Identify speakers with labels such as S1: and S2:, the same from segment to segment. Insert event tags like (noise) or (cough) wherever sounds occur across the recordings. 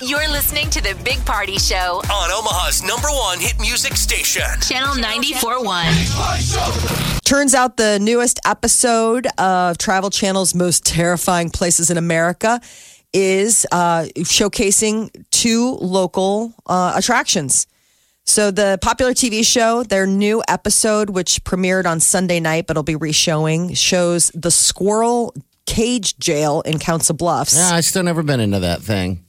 S1: You're listening to the Big Party Show,
S2: on Omaha's number one hit music station.
S1: Channel 941.
S3: Turns out the newest episode of Travel Channel's Most Terrifying Places in America is uh, showcasing two local uh, attractions. So, the popular TV show, their new episode, which premiered on Sunday night but will be reshowing, shows the squirrel cage jail in Council Bluffs.
S4: Yeah, I still never been into that thing.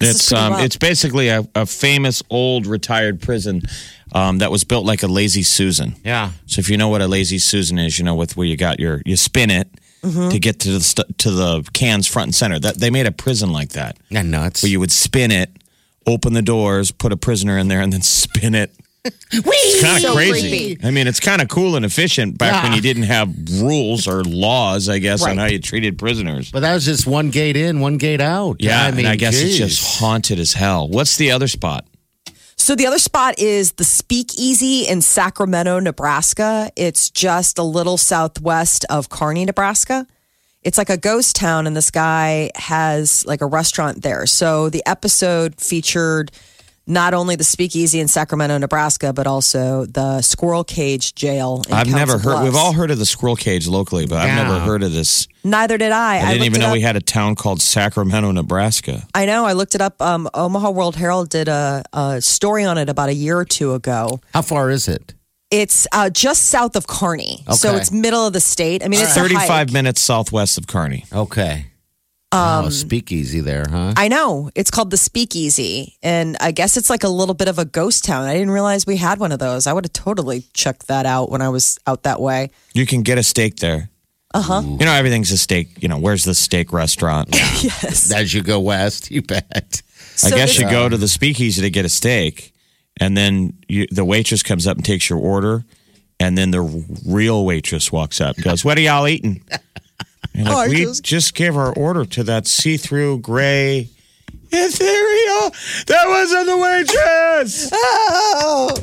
S3: This is
S5: It's
S3: pretty
S5: um,
S3: wild.
S5: it's basically a, a famous old retired prison um, that was built like a lazy Susan.
S4: Yeah.
S5: So if you know what a lazy Susan is, you know with where you got your you spin it
S3: Mm-hmm.
S5: to get to the st- to the cans front and center. That they made a prison like that
S4: Yeah, nuts.
S5: where you would spin it, open the doors, put a prisoner in there, and then (laughs) spin it. It's kind of
S3: So
S5: crazy.
S3: creepy.
S5: I mean, it's kind of cool and efficient back when
S4: Yeah.
S5: you didn't have rules or laws, I guess, on
S3: Right.
S5: how you treated prisoners.
S4: but that was just one gate in, one gate out.
S5: yeah, I mean, I guess it's
S4: geez.
S5: just haunted as hell. What's the other spot?
S3: So the other spot is the Speakeasy in Sacramento, Nebraska. It's just a little southwest of Kearney, Nebraska. It's like a ghost town, and this guy has like a restaurant there. So the episode featured not only the Speakeasy in Sacramento, Nebraska, but also the Squirrel Cage Jail. In
S5: I've never
S3: Council
S5: heard. We've
S3: Bluffs.
S5: all heard of the squirrel cage locally, but I've
S4: Yeah.
S5: never heard of this.
S3: Neither did I.
S5: I, didn't
S3: looked
S5: even
S3: it
S5: know we
S3: up.
S5: had a town called Sacramento, Nebraska.
S3: I know. I looked it up. Um, Omaha World Herald did a, a story on it about a year or two ago.
S4: How far is it?
S3: It's uh, just south of Kearney, so
S4: Okay.
S3: it's middle of the state. I mean, it's a hike.
S5: Thirty-five minutes southwest of Kearney.
S4: Okay. Um, speakeasy there, huh?
S3: I know it's called the Speakeasy, and I guess it's like a little bit of a ghost town. I didn't realize we had one of those. I would have totally checked that out when I was out that way.
S5: You can get a steak there.
S3: Uh-huh.
S5: Uh huh. You know everything's a steak. You know where's the steak restaurant?
S4: As you go west, (laughs) you bet.
S5: I
S3: So
S5: guess
S3: this-
S5: you go to the speakeasy to get a steak, and then you, the waitress comes up and takes your order, and then the real waitress walks up and goes, "What are y'all eating?" And you're
S3: Oh,
S5: like,
S3: I
S5: we
S3: just-
S5: just-, gave our order to that see-through gray ethereal that wasn't the waitress.
S3: "Oh."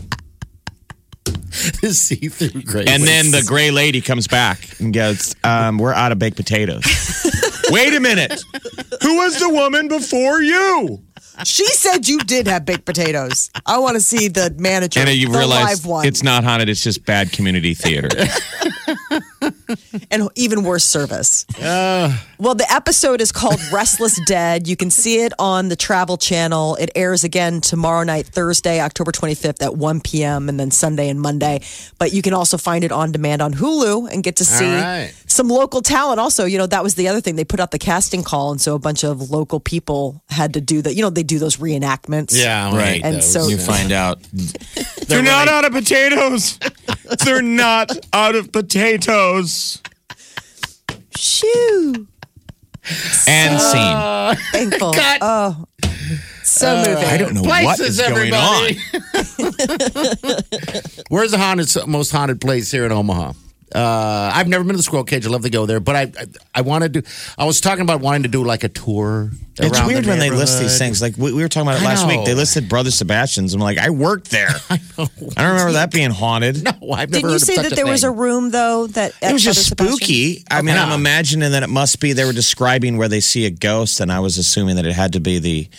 S4: See through great.
S5: and then the gray lady comes back and goes, um, "We're out of
S3: (laughs)
S5: baked potatoes." Wait a minute, who was the woman before you?
S3: She said you did have baked potatoes. I want to see the manager.
S5: And you
S3: the live
S5: realize
S3: one,
S5: it's not haunted; it's just bad
S3: (laughs)
S5: community theater.
S3: and even worse service.
S4: Uh.
S3: Well, the episode is called Restless Dead. You can see it on the Travel Channel. It airs again tomorrow night, Thursday, October 25th at 1 p.m., and then Sunday and Monday. But you can also find it on demand on Hulu and get to see
S4: right.
S3: some local talent. Also, you know, that was the other thing. They put out the casting call, and so a bunch of local people had to do that. You know, they do those reenactments.
S4: yeah,
S5: Right.
S3: And so-
S5: you
S3: (laughs)
S5: find out they're not out of potatoes. they're not out of potatoes.
S3: Shoo!
S5: And scene.
S3: Thankful. Oh, so
S4: Uh,
S3: moving.
S5: I don't know what is going on.
S4: Where's the haunted, most haunted place here in Omaha? Uh, I've never been to the squirrel cage. I love to go there, but I I, I want to do. I was talking about wanting to do like a tour.
S5: It's
S4: around
S5: weird
S4: the
S5: when they list
S4: neighborhood.
S5: these things. Like we, we were talking about it
S4: I
S5: last week. They
S4: know.
S5: listed Brother Sebastian's. I'm like, I
S4: (laughs)
S5: worked there. I, don't remember that being haunted.
S4: No, I've never
S3: Didn't
S4: heard
S3: you
S4: of
S3: say
S4: such
S3: that there was a
S4: thing.
S3: room though that
S5: It was just spooky. I mean, I'm imagining that it must be they were describing where they see a ghost, and I was assuming that it had to be the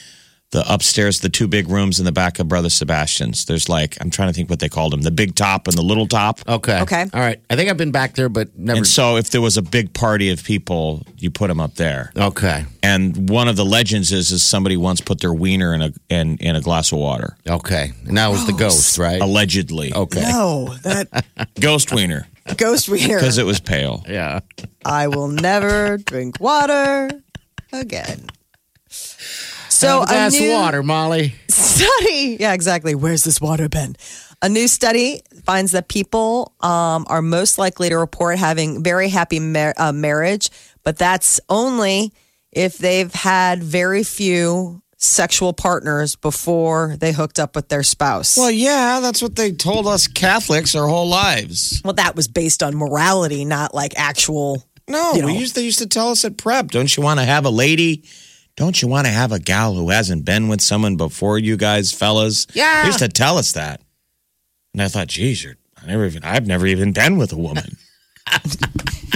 S5: the upstairs, the two big rooms in the back of Brother Sebastian's. There's like I'm trying to think what they called them, the big top and the little top.
S4: Okay.
S3: Okay.
S4: All right. I think I've been back there, but never.
S5: And so, if there was a big party of people, you put them up there.
S4: okay.
S5: And one of the legends is is somebody once put their wiener in a in, in a glass of water,
S4: Okay. And that
S3: Oh,
S4: was the ghost, right?
S5: allegedly.
S4: Okay.
S3: No, that
S5: Ghost wiener
S3: ghost
S5: (laughs)
S3: wiener.
S5: because it was pale.
S4: Yeah.
S3: I will never drink water again. So
S4: So
S3: a
S4: that's
S3: new (laughs)
S4: water, Molly.
S3: study. Yeah, exactly. Where's this water been? A new study finds that people um, are most likely to report having very happy mar- uh, marriage, but that's only if they've had very few sexual partners before they hooked up with their spouse.
S5: Well, yeah, that's what they told us Catholics our whole lives.
S3: Well, that was based on morality, not like actual.
S5: No,
S3: You know.
S5: we used they used to tell us at prep, don't you want to have a lady? Don't you want to have a gal who hasn't been with someone before you guys, fellas?
S4: Yeah.
S5: They used to tell us that. And I thought, geez, you're, I never even, I've never even been with
S4: (laughs)
S5: a woman.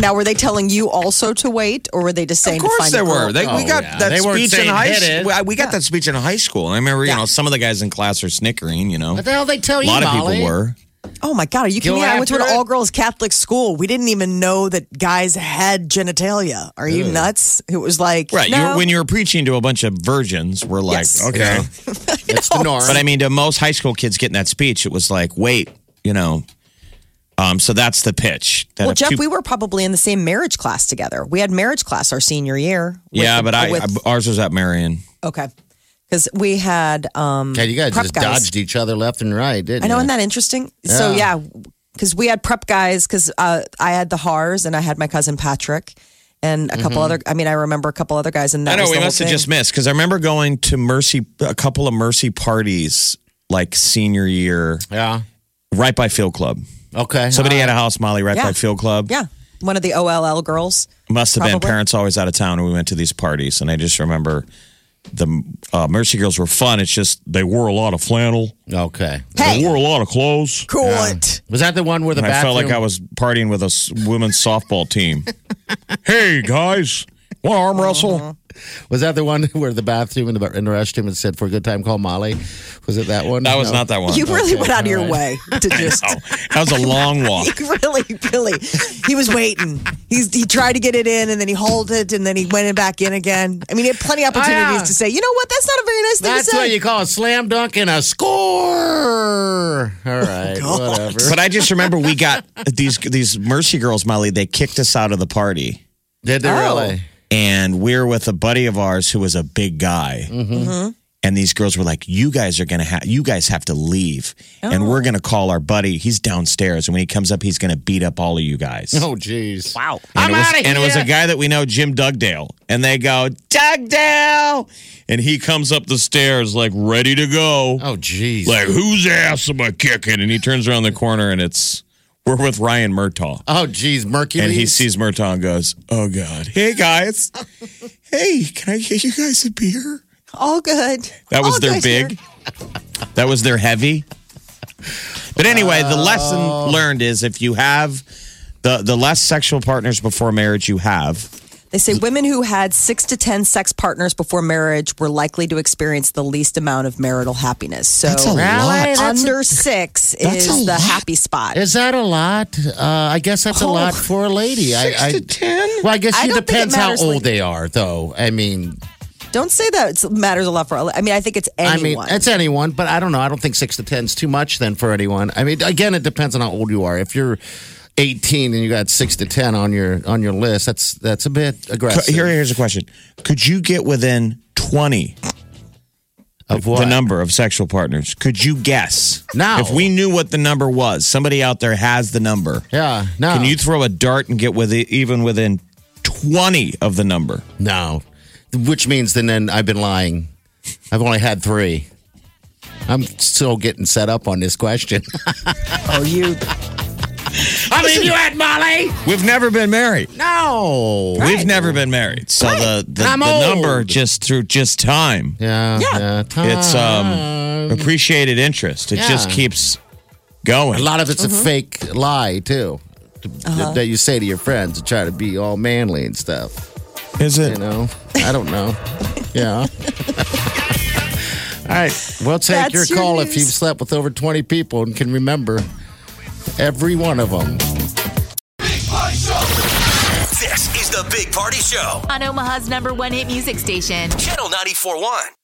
S3: Now, were they telling you also to wait, or were they just saying?
S5: Of course
S3: to find
S5: they
S3: a girl?
S5: were. They, we
S4: Oh,
S5: got
S4: yeah.
S5: that
S4: They weren't
S5: speech in
S4: saying
S5: high
S4: hit it.
S5: school. We got that speech in high school. I remember, you know, some of the guys in class are snickering, you know.
S4: What the hell they tell
S5: a
S4: you,
S5: lot of
S4: Molly?
S5: people were.
S3: Oh my god, are you
S4: Go
S3: kidding me? I went to an
S4: after it?
S3: all girls Catholic school. We didn't even know that guys had genitalia. Are you nuts? It was like
S5: Right.
S3: No.
S5: You were, when you were preaching to a bunch of virgins, we're like,
S3: Yes.
S5: okay.
S4: Okay. That's
S3: Oh,
S4: the norm.
S5: But I mean, to most high school kids getting that speech, it was like, wait, you know. Um, so that's the pitch. That
S3: well,
S5: if
S3: Jeff,
S5: two-
S3: we were probably in the same marriage class together. We had marriage class our senior year. with
S5: yeah,
S3: the-
S5: but I,
S3: with-
S5: I- ours was at Marion.
S3: okay, because we had um,
S4: God, you guys
S3: prep
S4: just
S3: guys.
S4: dodged each other left and right, didn't
S3: I know,
S4: you?
S3: isn't that interesting? So yeah, because we had prep guys. Because uh, I had the Hars and I had my cousin Patrick and a couple other. I mean, I remember a couple other guys. And that
S5: Mm-hmm. I know
S3: was
S5: we
S3: the whole
S5: must have
S3: thing.
S5: just missed because I remember going to Mercy a couple of Mercy parties like senior year
S4: yeah.
S5: right by Field Club.
S4: Okay.
S5: Somebody had a house, Molly, right
S3: Yeah.
S5: by Field Club.
S3: yeah one of the OLL girls.
S5: Must have been
S3: Probably.
S5: parents always out of town, and we went to these parties. And I just remember the uh, Mercy Girls were fun. It's just they wore a lot of flannel,
S4: Okay.
S5: they wore a lot of clothes.
S3: Cool it.
S4: Was that the one where the
S5: And I
S4: bathroom?
S5: felt like I was partying with a s- women's softball team. (laughs) hey guys, want to arm wrestle?
S4: was that the one (laughs) where the bathroom in the, in the restroom and said for a good time call Molly? Was it that one?
S5: That was
S4: No.
S5: not that
S3: (laughs)
S5: one.
S3: (laughs) You really
S4: Okay,
S3: went out of your
S4: all
S3: way to
S5: (laughs)
S3: just. (laughs)
S5: Oh, that was a long walk.
S3: He really, really, he was waiting. He's, he tried to get it in, and then he hauled it, and then he went it back in again. I mean, he had plenty of opportunities
S4: Oh, yeah.
S3: to say, you know what, that's not a very nice thing
S4: That's
S3: to say.
S4: what you call a slam dunk and a score. All
S3: Oh,
S4: right, whatever.
S5: But I just remember we got these these Mercy Girls, Molly. They kicked us out of the party.
S4: Did they
S3: Oh.
S4: really?
S5: and we're with a buddy of ours who was a big guy. Uh-huh. And these girls were like, "You guys are gonna have, you guys have to leave, and we're gonna call our buddy. He's downstairs, and when he comes up, he's gonna beat up all of you guys."
S4: Oh, jeez. Wow.
S5: And
S4: I'm
S5: it was,
S4: out of here.
S5: And it was a guy that we know, Jim Dugdale, and they go, "Dugdale," and he comes up the stairs like ready to go,
S4: Oh, jeez.
S5: like whose ass am I kicking? And he turns around the corner, and it's we're with Ryan Murtaugh.
S4: oh, jeez. Mercury.
S5: And he sees Murtaugh and goes, Oh God. Hey guys. hey, can I get you guys a beer?
S3: All good.
S5: That was
S3: All
S5: their
S3: good here.
S5: big. That was their heavy. But anyway, the lesson learned is if you have the the less sexual partners before marriage you have,
S3: They say women who had six to ten sex partners before marriage were likely to experience the least amount of marital happiness. So
S5: That's a lot.
S3: under six
S5: That's
S3: is
S5: a
S3: the
S5: lot.
S3: happy spot.
S4: Is that a lot? Uh, I guess
S3: Oh,
S4: that's a lot for a lady. I, I,
S5: to 10?
S4: Well, I guess
S3: I
S4: it
S3: don't think it
S4: depends how
S3: matters,
S4: old
S3: like-
S4: they are, though. I mean,
S3: Don't say that it's- it matters a lot for. I mean, I think it's
S4: I
S3: anyone.
S4: mean, it's anyone, but I don't know. I don't think six to ten is too much then for anyone. I mean, again, it depends on how old you are. If you're 18 and you got six to ten on your on your list, that's that's a bit aggressive.
S5: here, here's a question. Could you get within twenty
S4: of what?
S5: the number of sexual partners? Could you guess?
S4: No.
S5: If we knew what the number was, somebody out there has the number.
S4: Yeah, no.
S5: Can you throw a dart and get with it, even within 20 of the number?
S4: no, which means then then I've been lying. I've only had three. I'm still getting set up on this question. (laughs)
S3: oh, you
S4: I leave you at Molly.
S5: We've never been married.
S4: No.
S5: We've never been married. So the, the,
S4: I'm
S5: the number
S4: old.
S5: just through just time.
S4: Yeah,
S3: Yeah.
S4: yeah.
S5: It's um appreciated interest. It just
S4: Yeah.
S5: keeps going.
S4: A lot of it's a
S3: Mm-hmm.
S4: fake lie too, to-
S3: Uh-huh.
S4: that you say to your friends to try to be all manly and stuff.
S5: Is
S4: You
S5: it?
S4: know, I don't (laughs) know. Yeah. all right, we'll take
S3: That's
S4: your
S3: your
S4: call if
S3: news.
S4: you've slept with over twenty people and can remember every one of them.
S2: This is the Big Party Show,
S1: On Omaha's number one hit music station.
S2: Channel 941.